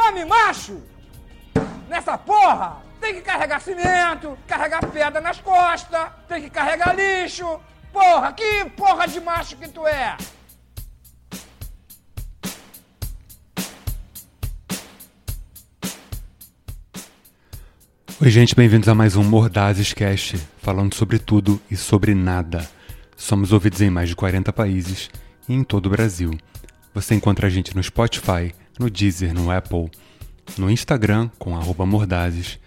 Homem Tá macho! Nessa porra! Tem que carregar cimento, carregar pedra nas costas, tem que carregar lixo! Porra, que porra de macho que tu é! Oi, gente, bem-vindos a mais um Mordazes Cast, falando sobre tudo e sobre nada. Somos ouvidos em mais de 40 países e em todo o Brasil. Você encontra a gente no Spotify, no Deezer, no Apple, no Instagram com arroba Mordazes.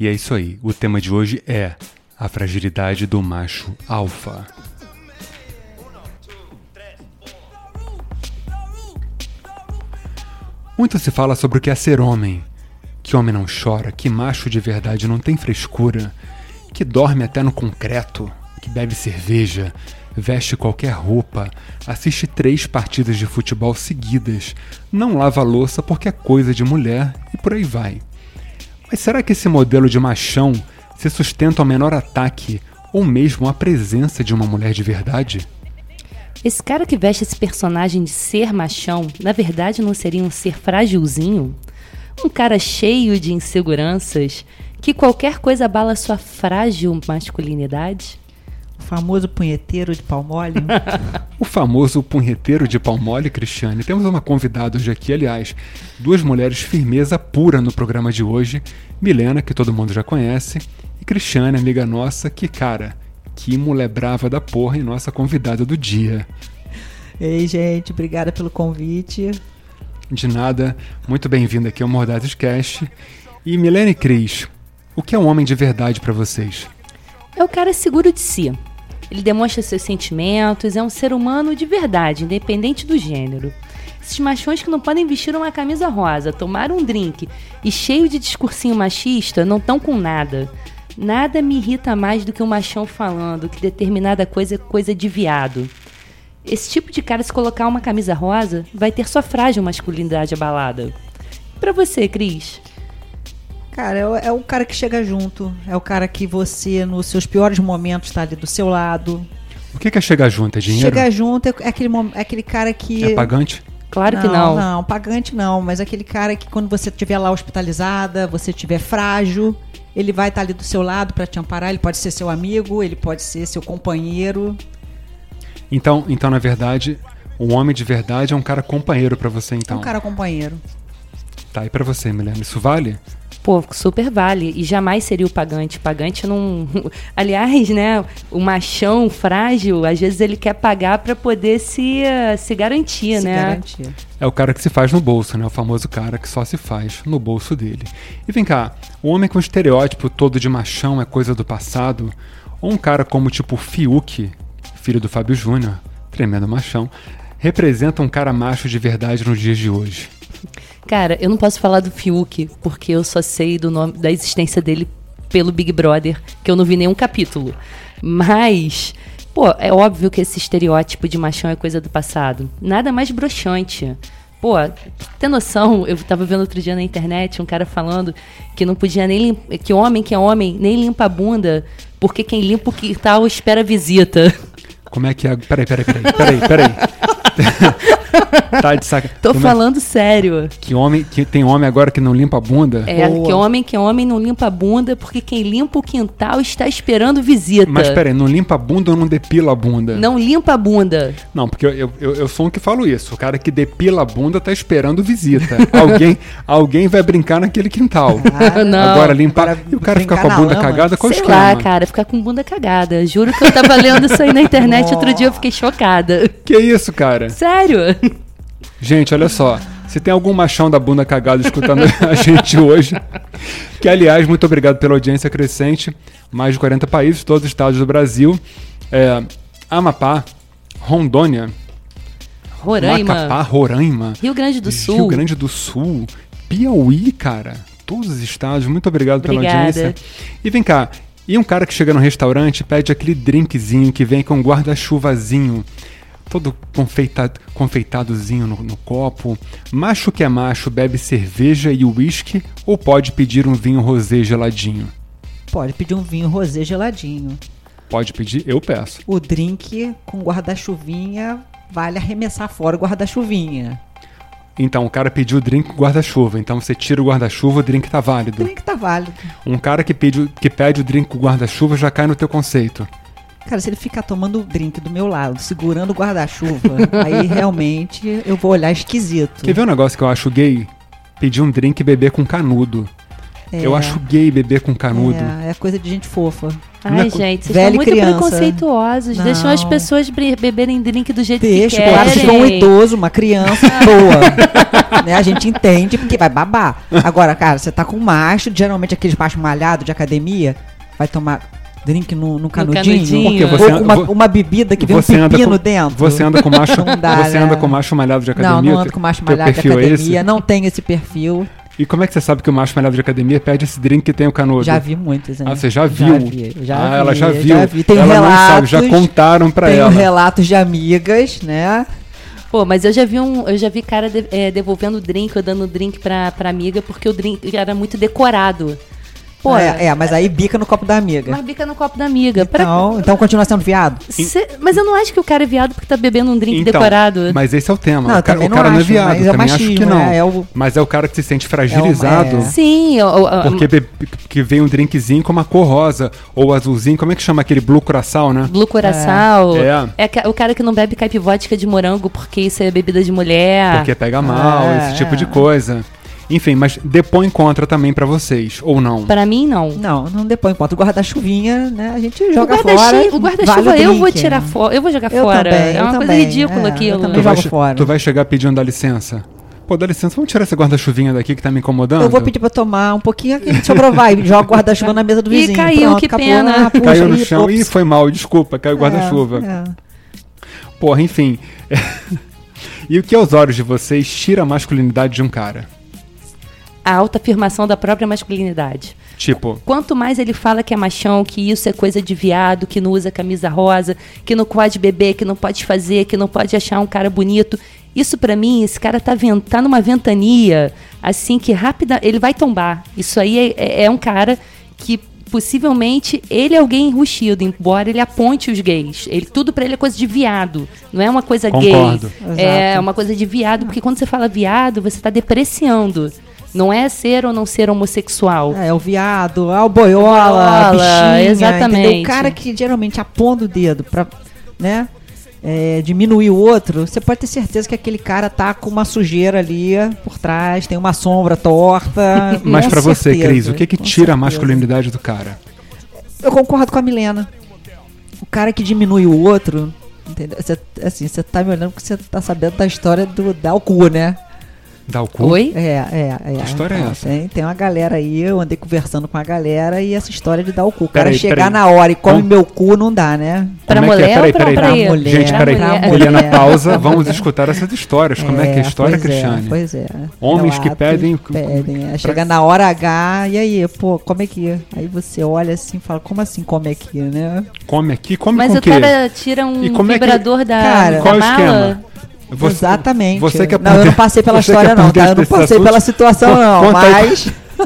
E é isso aí, o tema de hoje é a fragilidade do macho alfa. Muito se fala sobre o que é ser homem. Que homem não chora, que macho de verdade não tem frescura, que dorme até no concreto, que bebe cerveja, veste qualquer roupa, assiste três partidas de futebol seguidas, não lava a louça porque é coisa de mulher e por aí vai. Mas será que esse modelo de machão se sustenta ao menor ataque ou mesmo à presença de uma mulher de verdade? Esse cara que veste esse personagem de ser machão, na verdade não seria um ser fragilzinho? Um cara cheio de inseguranças que qualquer coisa abala sua frágil masculinidade? O famoso punheteiro de palmólio. O famoso punheteiro de Palmole, Cristiane. Temos uma convidada hoje aqui, aliás, duas mulheres firmeza pura no programa de hoje. Milena, que todo mundo já conhece, e Cristiane, amiga nossa, que cara, que mulher brava da porra e nossa convidada do dia. Ei, gente, obrigada pelo convite. De nada, muito bem-vinda aqui ao Mordazes Cast. E Milena e Cris, o que é um homem de verdade pra vocês? É o cara seguro de si. Ele demonstra seus sentimentos, é um ser humano de verdade, independente do gênero. Esses machões que não podem vestir uma camisa rosa, tomar um drink e cheio de discursinho machista não estão com nada. Nada me irrita mais do que um machão falando que determinada coisa é coisa de viado. Esse tipo de cara, se colocar uma camisa rosa, vai ter sua frágil masculinidade abalada. Pra você, Cris? Cara, é o- é o cara que chega junto, é o cara que você, nos seus piores momentos, está ali do seu lado. O que que é chegar junto? É dinheiro? Chega junto é é aquele, mom- é aquele cara que. É pagante? Claro que não. Não, pagante não, mas é aquele cara que quando você estiver lá hospitalizada, você estiver frágil, ele vai estar ali do seu lado para te amparar, ele pode ser seu amigo, ele pode ser seu companheiro. É um Então, então na verdade, um homem de verdade é um cara companheiro pra você, É então. um cara companheiro. Tá aí pra você, Milena. Isso vale? Pô, super vale. E jamais seria o pagante. Pagante não. Aliás, né? O machão frágil, às vezes ele quer pagar pra poder se, eh, se garantir, se né? garantir. É o cara que se faz no bolso, né? O famoso cara que só se faz no bolso dele. E vem cá, o homem com estereótipo todo de machão é coisa do passado? Ou um cara como tipo Fiuk, filho do Fábio Júnior, tremendo machão, representa um cara macho de verdade nos dias de hoje? Cara, eu não posso falar do Fiuk, porque eu só sei do nome da existência dele pelo Big Brother, que eu não vi nenhum capítulo. Mas, pô, é óbvio que esse estereótipo de machão é coisa do passado. Nada mais broxante. Pô, tem noção? Eu tava vendo outro dia na internet um cara falando que não podia nem lim- que homem que é homem nem limpa a bunda, porque quem limpa o quintal espera visita. Como é que é? Peraí, peraí, peraí, peraí, peraí. tá de saca. Tô Como é- falando sério. Que homem, que tem homem agora que não limpa a bunda? É, Boa. que homem que homem não limpa a bunda, porque quem limpa o quintal está esperando visita. Mas peraí, não limpa a bunda ou não depila a bunda? é. Não limpa a bunda. Não, porque eu, eu, eu- eu sou um que falo isso. O cara que depila a bunda tá esperando visita. alguém, alguém vai brincar naquele quintal. Ah, Não. Agora limpar. Agora e o cara ficar brincar com a na bunda lama. cagada, qual o Sei esquema? lá, cara, ficar com bunda cagada. Juro que eu tava lendo isso aí na internet outro dia, eu fiquei chocada. Que isso, cara? Sério? Gente, olha só. Se tem algum machão da bunda cagada escutando a gente hoje, que aliás, muito obrigado pela audiência crescente. Mais de 40 países, todos os estados do Brasil. É, Amapá, Rondônia, Roraima, Macapá, Roraima. Rio Grande do Sul. Rio Grande do Sul, Piauí, cara. Todos os estados, muito obrigado pela Obrigada. audiência. E vem cá, e um cara que chega no restaurante e pede aquele drinkzinho que vem com um guarda-chuvazinho, todo confeita- confeitadozinho no, no copo. Macho que é macho bebe cerveja e uísque ou pode pedir um vinho rosé geladinho? Pode pedir um vinho rosé geladinho. Pode pedir, eu peço. O drink com guarda-chuvinha vale arremessar fora o guarda-chuvinha. Então, o cara pediu drink com guarda-chuva. Então, você tira o guarda-chuva, o drink tá válido. Drink tá válido. Um cara que pede, o- que pede o drink com guarda-chuva já cai no teu conceito. Cara, se ele ficar tomando o drink do meu lado, segurando o guarda-chuva, aí realmente eu vou olhar esquisito. Quer ver um negócio que eu acho gay? Pedir um drink e beber com canudo. É, Eu acho gay beber com canudo. É, é coisa de gente fofa. Não é Ai, co- gente, vocês Velho estão e muito criança. preconceituosos. Não. Deixam as pessoas bre- beberem drink do jeito Deixa, que claro, se querem. for um idoso, uma criança, boa. né? A gente entende porque vai babar. Agora, cara, você tá com um macho, geralmente aqueles macho malhado de academia, vai tomar drink no, no canudinho. canudinho. Porque Ou você- com uma, vo- uma bebida que vem um anda pepino com, dentro. Você anda com macho, Não dá, você anda né? com macho malhado de academia? não, não Teu- ando com macho teu malhado de perfil é esse? academia, não tenho esse perfil. E como é que você sabe que o macho malhado de academia pede esse drink que tem o canudo? Já vi muitos, né? Ah, você já viu? Já vi, já ah, vi, ela já já viu. vi. Tem ela não sabe, relatos, já contaram pra Tenho ela. relatos de amigas, né? Pô, mas eu já vi um, eu já vi cara de- eh, devolvendo drink ou dando drink pra, pra amiga porque o drink era muito decorado. Pô, é, é, mas aí bica no copo da amiga. mas bica no copo da amiga. Pra- Então, então continua sendo viado? Cê- mas eu não acho que o cara é viado porque tá bebendo um drink Então, decorado. mas esse é o tema. Não, o cara, também o não cara não é acho, viado, mas é o também acho que machismo, não. é, é o- Mas é o cara que se sente fragilizado. é. Sim, o- o- Porque be- que vem um drinkzinho com uma cor rosa ou azulzinho, como é que chama aquele blue curaçao, né? Blue Curaçao. É. É. ca- o cara que não bebe caipivótica de morango porque isso é bebida de mulher. Porque pega mal, É, esse tipo é. de coisa. Enfim, mas depõe contra também pra vocês, ou não. Pra mim, não. Não, não depõe. Enquanto o guarda-chuvinha, né? A gente joga o fora. guarda-chu- o guarda-chuva vale o eu drink, vou né? tirar fora. Eu vou jogar Eu fora. também, é eu uma coisa também, ridícula é, eu aquilo. também jogo che- fora. tu vai chegar pedindo dá licença. Pô, dá licença, vamos tirar esse guarda-chuvinha daqui que tá me incomodando? Eu vou pedir pra tomar um pouquinho aqui. Sobrou, vai. Joga o guarda-chuva na mesa do Ih, vizinho. caiu, que pena. um puxa, Caiu no ih, chão, ops. ih, foi mal, desculpa, caiu o guarda-chuva. É, Porra, enfim. e o que aos olhos de vocês tira a masculinidade de um cara? A autoafirmação da própria masculinidade. Tipo, Quanto mais ele fala que é machão, que isso é coisa de viado, que não usa camisa rosa, que não pode beber, que não pode fazer, que não pode achar um cara bonito. Isso pra mim, esse cara tá, ven- tá numa ventania, assim, que rápida. Ele vai tombar. Isso aí é, é- é um cara que possivelmente ele é alguém enrustido, embora ele aponte os gays. Ele, tudo pra ele é coisa de viado. Não é uma coisa Concordo. gay. É uma coisa de viado, porque quando você fala viado, você tá depreciando. Não é ser ou não ser homossexual. é, é o viado, é o boiola, Boiola, a bichinha. exatamente. entendeu? O cara que geralmente aponta o dedo pra, né, é, diminuir o outro, você pode ter certeza que aquele cara tá com uma sujeira ali por trás, tem uma sombra torta. mas Com pra você, certeza, Cris, o que que com tira a certeza. masculinidade do cara? Eu concordo com a Milena. O cara que diminui o outro, entendeu? Cê- assim, você tá me olhando porque você tá sabendo da história do dar o cu, né? Dá o cu? Oi? É, é, é. Que história é Então, essa? Tem, tem uma galera aí, eu andei conversando com uma galera e essa história de dar o cu. O cara Peraí, chegar peraí. na hora e come Vamos- meu cu não dá, né? Pra Como é que mulher é? Peraí, ou pra, peraí, pra peraí. ele? mulher. Gente, peraí. Pra mulher. É. Helena, pausa. Vamos escutar essas histórias. Como é que é a história, pois é, Cristiane? pois é. Homens que Relatos pedem- pedem. É, pra- Chega na hora H, e aí, pô, como é que. é? Aí você olha assim e fala, como assim como é que, é, né? Come aqui, come Mas com o o quê? cara tira um E como é que- vibrador da, Cara, da Qual é o mala. esquema? Você- Exatamente. Você que é não, eu não passei pela história, não, tá? Eu não passei pela situação, não, mas. Eu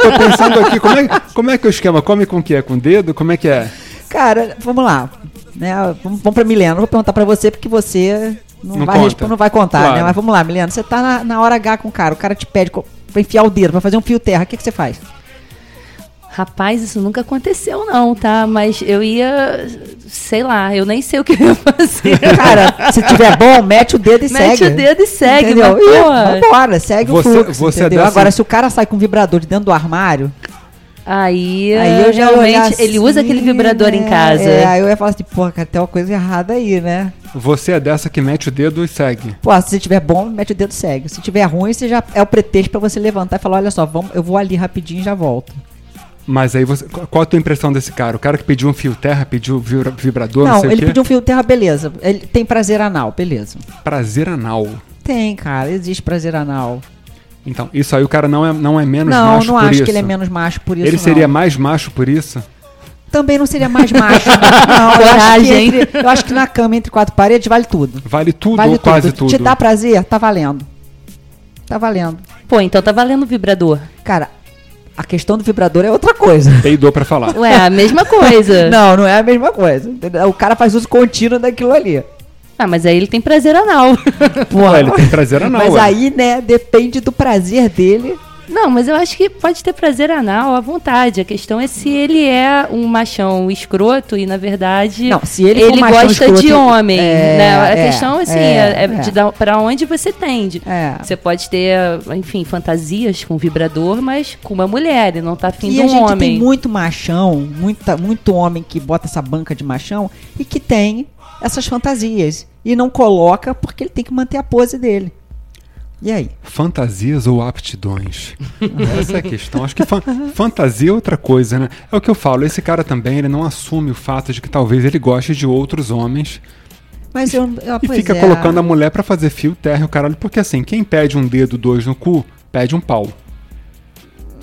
tô pensando aqui, como é, como é que é o esquema? Come com o quê? Com o dedo? Como é que é? Cara, vamos lá. Né? Vamos, vamos pra Milena. Eu Vou perguntar pra você, porque você não, Não vai, conta. respo- não vai contar, Claro. né? Mas vamos lá, Milena. Você tá na, na hora H com o cara, o cara te pede co- pra enfiar o dedo, pra fazer um fio terra. O que, que você faz? Rapaz, isso nunca aconteceu, não, tá? Mas eu ia. Sei lá, eu nem sei o que eu ia fazer. Cara, se tiver bom, mete o dedo e Mete segue. o dedo e segue, entendeu? mas, Ih, pô. Vambora, segue Você- o fluxo, você é entendeu? dessa- Agora, se o cara sai com um vibrador de dentro do armário, Aí, aí eu já ia realmente. olhar ele usa assim, aquele vibrador em né? casa. É, aí eu ia falar assim, pô, cara, tem uma coisa errada aí, né? Você é dessa que mete o dedo e segue. Pô, se tiver bom, mete o dedo e segue. Se tiver ruim, você já é o pretexto pra você levantar e falar, olha só, vamos, eu vou ali rapidinho e já volto. Mas aí você. Qual qual a tua impressão desse cara? O cara que pediu um fio terra, pediu vibra- vibrador, não, Não, sei o ele quê. pediu um fio terra, beleza. Ele tem prazer anal, beleza. Prazer anal. Tem, cara, existe prazer anal. Então, isso aí o cara não é, não é menos não, macho não por acho isso. que ele é menos macho por isso. Ele seria não. mais macho por isso? Também não seria mais macho. né? não, eu acho, que Coragem. entre- eu acho que na cama, entre quatro paredes, vale tudo. Vale tudo Vale ou tudo. quase tudo? Te dá prazer? Tá valendo. Tá valendo. Pô, então tá valendo o vibrador. Cara, a questão do vibrador é outra coisa. Peidou pra falar. Ué, a mesma coisa. Não, não é a mesma coisa. entendeu? O cara faz uso contínuo daquilo ali. Ah, mas aí ele tem prazer anal. Porra, ele tem prazer anal. Mas ué. aí, né, depende do prazer dele. Não, mas eu acho que pode ter prazer anal à vontade. A questão é se ele é um machão escroto e, na verdade, Não, se ele for um machão gosta de escroto, homem. é, né? A é, questão assim, é, é, é é. de dar- pra onde você tende. É. Você pode ter, enfim, fantasias com vibrador, mas com uma mulher e não tá afim E de a um gente homem. tem muito machão, muita, muito homem que bota essa banca de machão e que tem essas fantasias. E não coloca porque ele tem que manter a pose dele. E aí? Fantasias ou aptidões? Essa é a questão. Acho que fan- fantasia é outra coisa, né? É o que eu falo. Esse cara também, ele não assume o fato de que talvez ele goste de outros homens Mas eu. eu e pois fica é. colocando a mulher pra fazer fio, terra e o caralho. Porque assim, quem pede um dedo, dois no cu, pede um pau.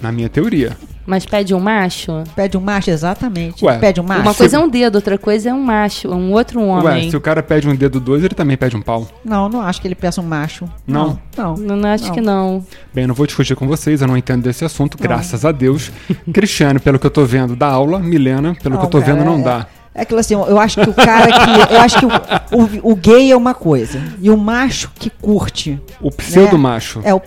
Na minha teoria. Mas pede um macho? Pede um macho, exatamente. Ué, Pede um macho. Uma se- coisa é um dedo, outra coisa é um macho, um outro Ué, homem. se o cara pede um dedo, dois, ele também pede um pau. Não, não acho que ele peça um macho. Não. Não. Não, não acho que não. Bem, não vou discutir com vocês, eu não entendo desse assunto, graças a Deus. Cristiano, pelo que eu tô vendo, dá aula. Milena, pelo que eu tô cara, vendo, não é- dá. É aquilo assim, eu acho que o cara que. Eu acho que o, o, o gay é uma coisa. E o macho que curte. O pseudo-macho. né? É o.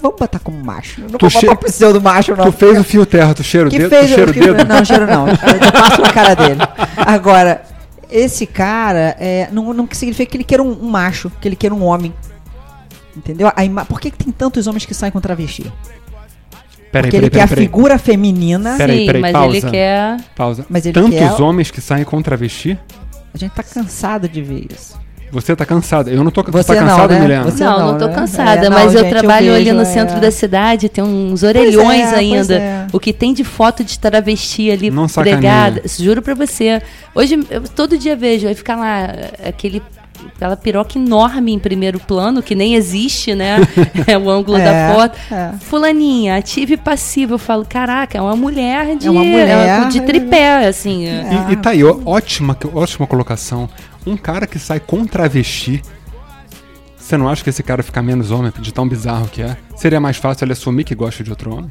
Vamos botar como macho. Não Tu vou che- botar o pseudo macho, não. Tu fez o fio terra, tu cheira o que dedo, fez tu cheira o que- dedo. Não, cheiro não. Eu passo na cara dele. Agora, esse cara é, não, não que significa que ele queira um, um macho, que ele queira um homem. Entendeu? A ima- Por que, que tem tantos homens que saem com travesti? Peraí, Porque peraí, ele quer peraí, a peraí. figura feminina. Peraí, Sim, peraí, mas pausa. ele quer. Pausa. Mas ele Tantos quer- homens que saem com travesti? A gente tá cansado de ver isso. Você tá cansada. Eu não tô, tu Você tá não, cansada, né? Milena? Você- não, não, não tô né? cansada, É, não, mas eu gente, eu trabalho ali vejo, no é. centro da cidade, tem uns orelhões Pois é, pois ainda. é. O que tem de foto de travesti ali Não sacaneia. pregada. Juro pra você. Hoje, eu todo dia vejo, aí fica lá eh, aquele. Aquela piroca enorme em primeiro plano, que nem existe, né? É o ângulo da É, foto. é. Fulaninha, ative e passiva. Eu falo, caraca, é uma mulher de, É uma mulher, é de tripé, assim. é. E, e tá aí, ó, ótima, ótima colocação. Um cara que sai com travesti. Você não acha que esse cara fica menos homem de tão bizarro que é? Seria mais fácil ele assumir que gosta de outro homem?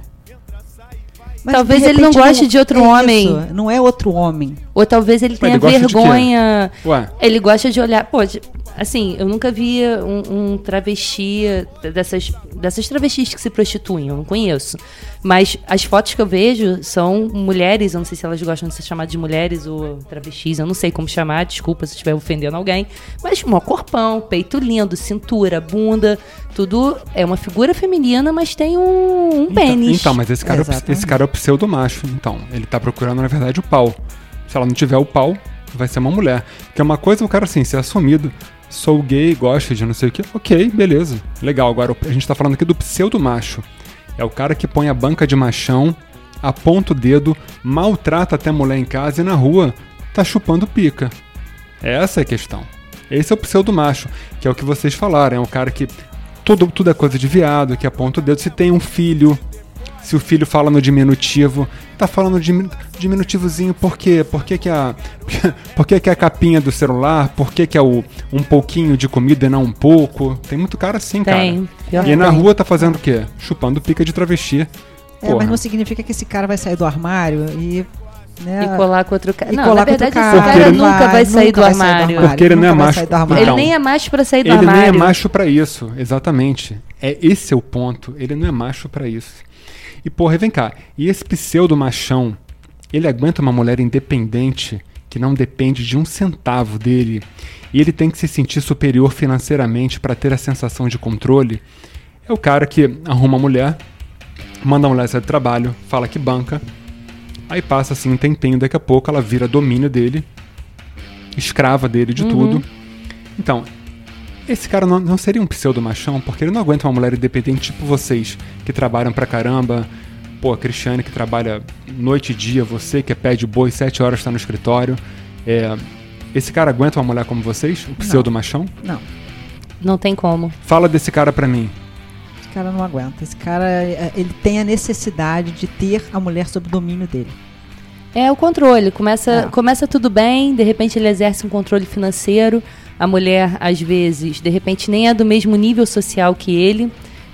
Mas, Talvez de ele não repente, goste de outro homem. isso, não é outro homem. Ou talvez ele tenha ele gosta de quê? vergonha. Ué. Ele gosta de olhar. Pô, de- assim, eu nunca vi um, um travesti dessas, dessas travestis que se prostituem, eu não conheço. Mas as fotos que eu vejo são mulheres, eu não sei se elas gostam de ser chamadas de mulheres ou travestis, eu não sei como chamar, desculpa se estiver ofendendo alguém. Mas mó corpão, peito lindo, cintura, bunda, tudo é uma figura feminina, mas tem um, um pênis. Então, mas esse cara, é o ps- Exatamente. esse cara é o pseudo-macho. Então, ele tá procurando, na verdade, o pau. Se ela não tiver o pau, vai ser uma mulher. Porque uma coisa é o cara, assim, ser assumido. Sou gay, gosto de não sei o que. Ok, beleza. Legal. Agora, a gente tá falando aqui do pseudo-macho. É o cara que põe a banca de machão, aponta o dedo, maltrata até a mulher em casa e na rua tá chupando pica. Essa é a questão. Esse é o pseudo-macho, que é o que vocês falaram. É um cara que tudo, tudo é coisa de viado, que aponta o dedo. Se tem um filho, se o filho fala no diminutivo, tá falando dimi- diminutivozinho por quê? Por que, que a. Por que, que a capinha do celular? Por que, que é o, um pouquinho de comida e não um pouco? Tem muito cara assim, Tem. cara. Pior E que na tem. rua tá fazendo o quê? Chupando pica de travesti. É, Porra. mas não significa que esse cara vai sair do armário e. né, E colar com outro cara. e Não, colar na com outro verdade, esse cara. cara Porque ele- nunca vai, sair, do nunca armário. Porque ele não é nunca vai macho. sair do armário. Ele Então, nem é macho pra sair do Ele armário. nem é macho pra isso, exatamente. É esse é o ponto. Ele não é macho pra isso. E porra, e vem cá. E esse pseudo machão, ele aguenta uma mulher independente que não depende de um centavo dele. E ele tem que se sentir superior financeiramente pra ter a sensação de controle. É o cara que arruma a mulher, manda a mulher sair do trabalho, fala que banca. Aí passa assim um tempinho, daqui a pouco ela vira domínio dele, escrava dele Uhum. de tudo. Então, esse cara não, não seria um pseudo machão, porque ele não aguenta uma mulher independente tipo vocês, que trabalham pra caramba. Pô, a Cristiane que trabalha noite e dia, você que é pé de boi, sete horas tá no escritório. É, esse cara aguenta uma mulher como vocês? O pseudo machão? Não, Não tem como. Fala desse cara pra mim. esse cara não aguenta. Esse cara, é, ele tem a necessidade de ter a mulher sob domínio dele. É o controle. Começa, É. começa tudo bem, de repente ele exerce um controle financeiro. A mulher, às vezes, de repente nem é do mesmo nível social que ele.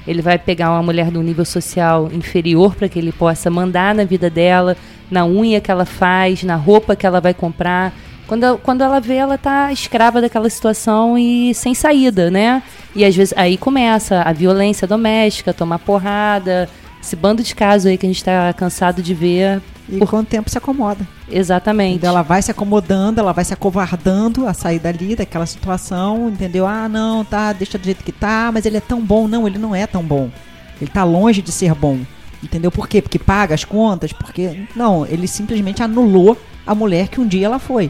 Ele vai pegar uma mulher de um nível social inferior para que ele possa mandar na vida dela, na unha que ela faz, na roupa que ela vai comprar, Quando, quando ela vê, ela tá escrava daquela situação e sem saída, né? E às vezes aí começa a violência doméstica, tomar porrada, esse bando de casos aí que a gente tá cansado de ver. E Por- com o tempo se acomoda. Exatamente. Entendeu? Ela vai se acomodando, ela vai se acovardando a sair dali, daquela situação, entendeu? Ah, não, tá, deixa do jeito que tá, mas ele é tão bom. Não, ele não é tão bom. Ele tá longe de ser bom. Entendeu por quê? Porque paga as contas, porque. Não, ele simplesmente anulou a mulher que um dia ela foi.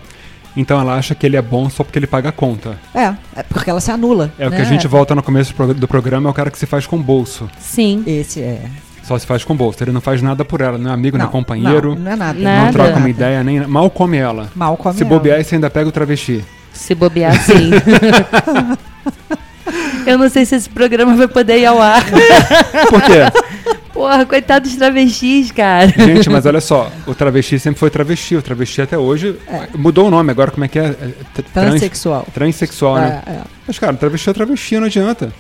Então ela acha que ele é bom só porque ele paga a conta. É, é porque ela se anula. É o que né? a gente volta no começo do prog- do programa, é o cara que se faz com o bolso. Sim. Esse é. Só se faz com o bolso. Ele não faz nada por ela, não é amigo, não, é companheiro, Não, não, não é nada. Não Nada. troca uma ideia, nem mal come ela. Mal come se ela. bobear, você ainda pega o travesti. Se bobear, sim. Eu não sei se esse programa vai poder ir ao ar. Por quê? Porra, coitado dos travestis, cara. Gente, mas olha só, o travesti sempre foi travesti, o travesti até hoje mudou o nome agora, como é que é? É, t- trans- Transsexual. Transsexual, né? É, é. Mas, cara, travesti é travesti, não adianta.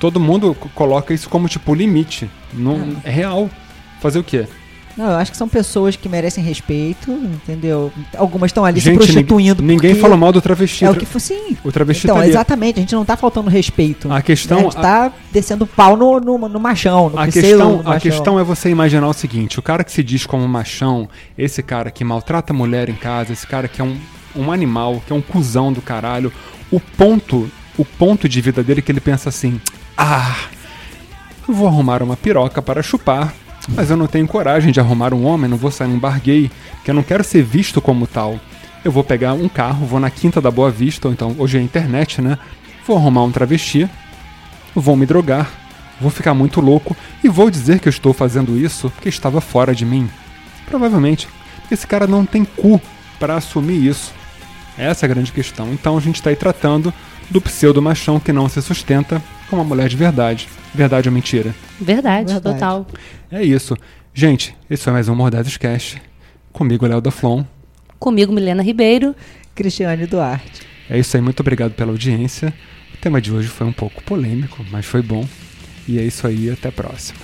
Todo mundo co- coloca isso como, tipo, limite. Não, é real. Fazer o quê? Não, eu acho que são pessoas que merecem respeito, entendeu? Algumas estão ali se Gente, nin- prostituindo. ninguém porque falou mal do travesti. É o Tra- que foi, sim. O travesti então, tá ali. exatamente, a gente não tá faltando respeito. A questão- A gente tá descendo pau no, no, no machão, no A pseudo questão, a machão. questão é você imaginar o seguinte: o cara que se diz como um machão, esse cara que maltrata a mulher em casa, esse cara que é um, um animal, que é um cuzão do caralho, o ponto, o ponto de vida dele é que ele pensa assim: ah, eu vou arrumar uma piroca para chupar, mas eu não tenho coragem de arrumar um homem, não vou sair num bar gay, que eu não quero ser visto como tal. Eu vou pegar um carro, vou na Quinta da Boa Vista, ou então hoje é internet, né? Vou arrumar um travesti, vou me drogar, vou ficar muito louco e vou dizer que eu estou fazendo isso porque estava fora de mim. Provavelmente, porque esse cara não tem cu para assumir isso. Essa é a grande questão. Então a gente está aí tratando do pseudo machão que não se sustenta com uma mulher de verdade. Verdade ou mentira? Verdade, Verdade. total. É isso. Gente, esse foi mais um Mordazes Cast. Comigo, Léo da Flon. Comigo, Milena Ribeiro. Cristiane Duarte. É isso aí, muito obrigado pela audiência. O tema de hoje foi um pouco polêmico, mas foi bom. E é isso aí, até a próxima.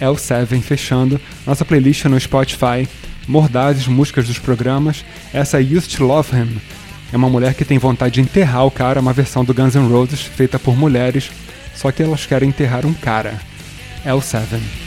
É o Seven fechando nossa playlist no Spotify, Mordazes, músicas dos programas. Essa é Used to Love Him. É uma mulher que tem vontade de enterrar o cara, uma versão do Guns N' Roses feita por mulheres, só que elas querem enterrar um cara. É o Seven.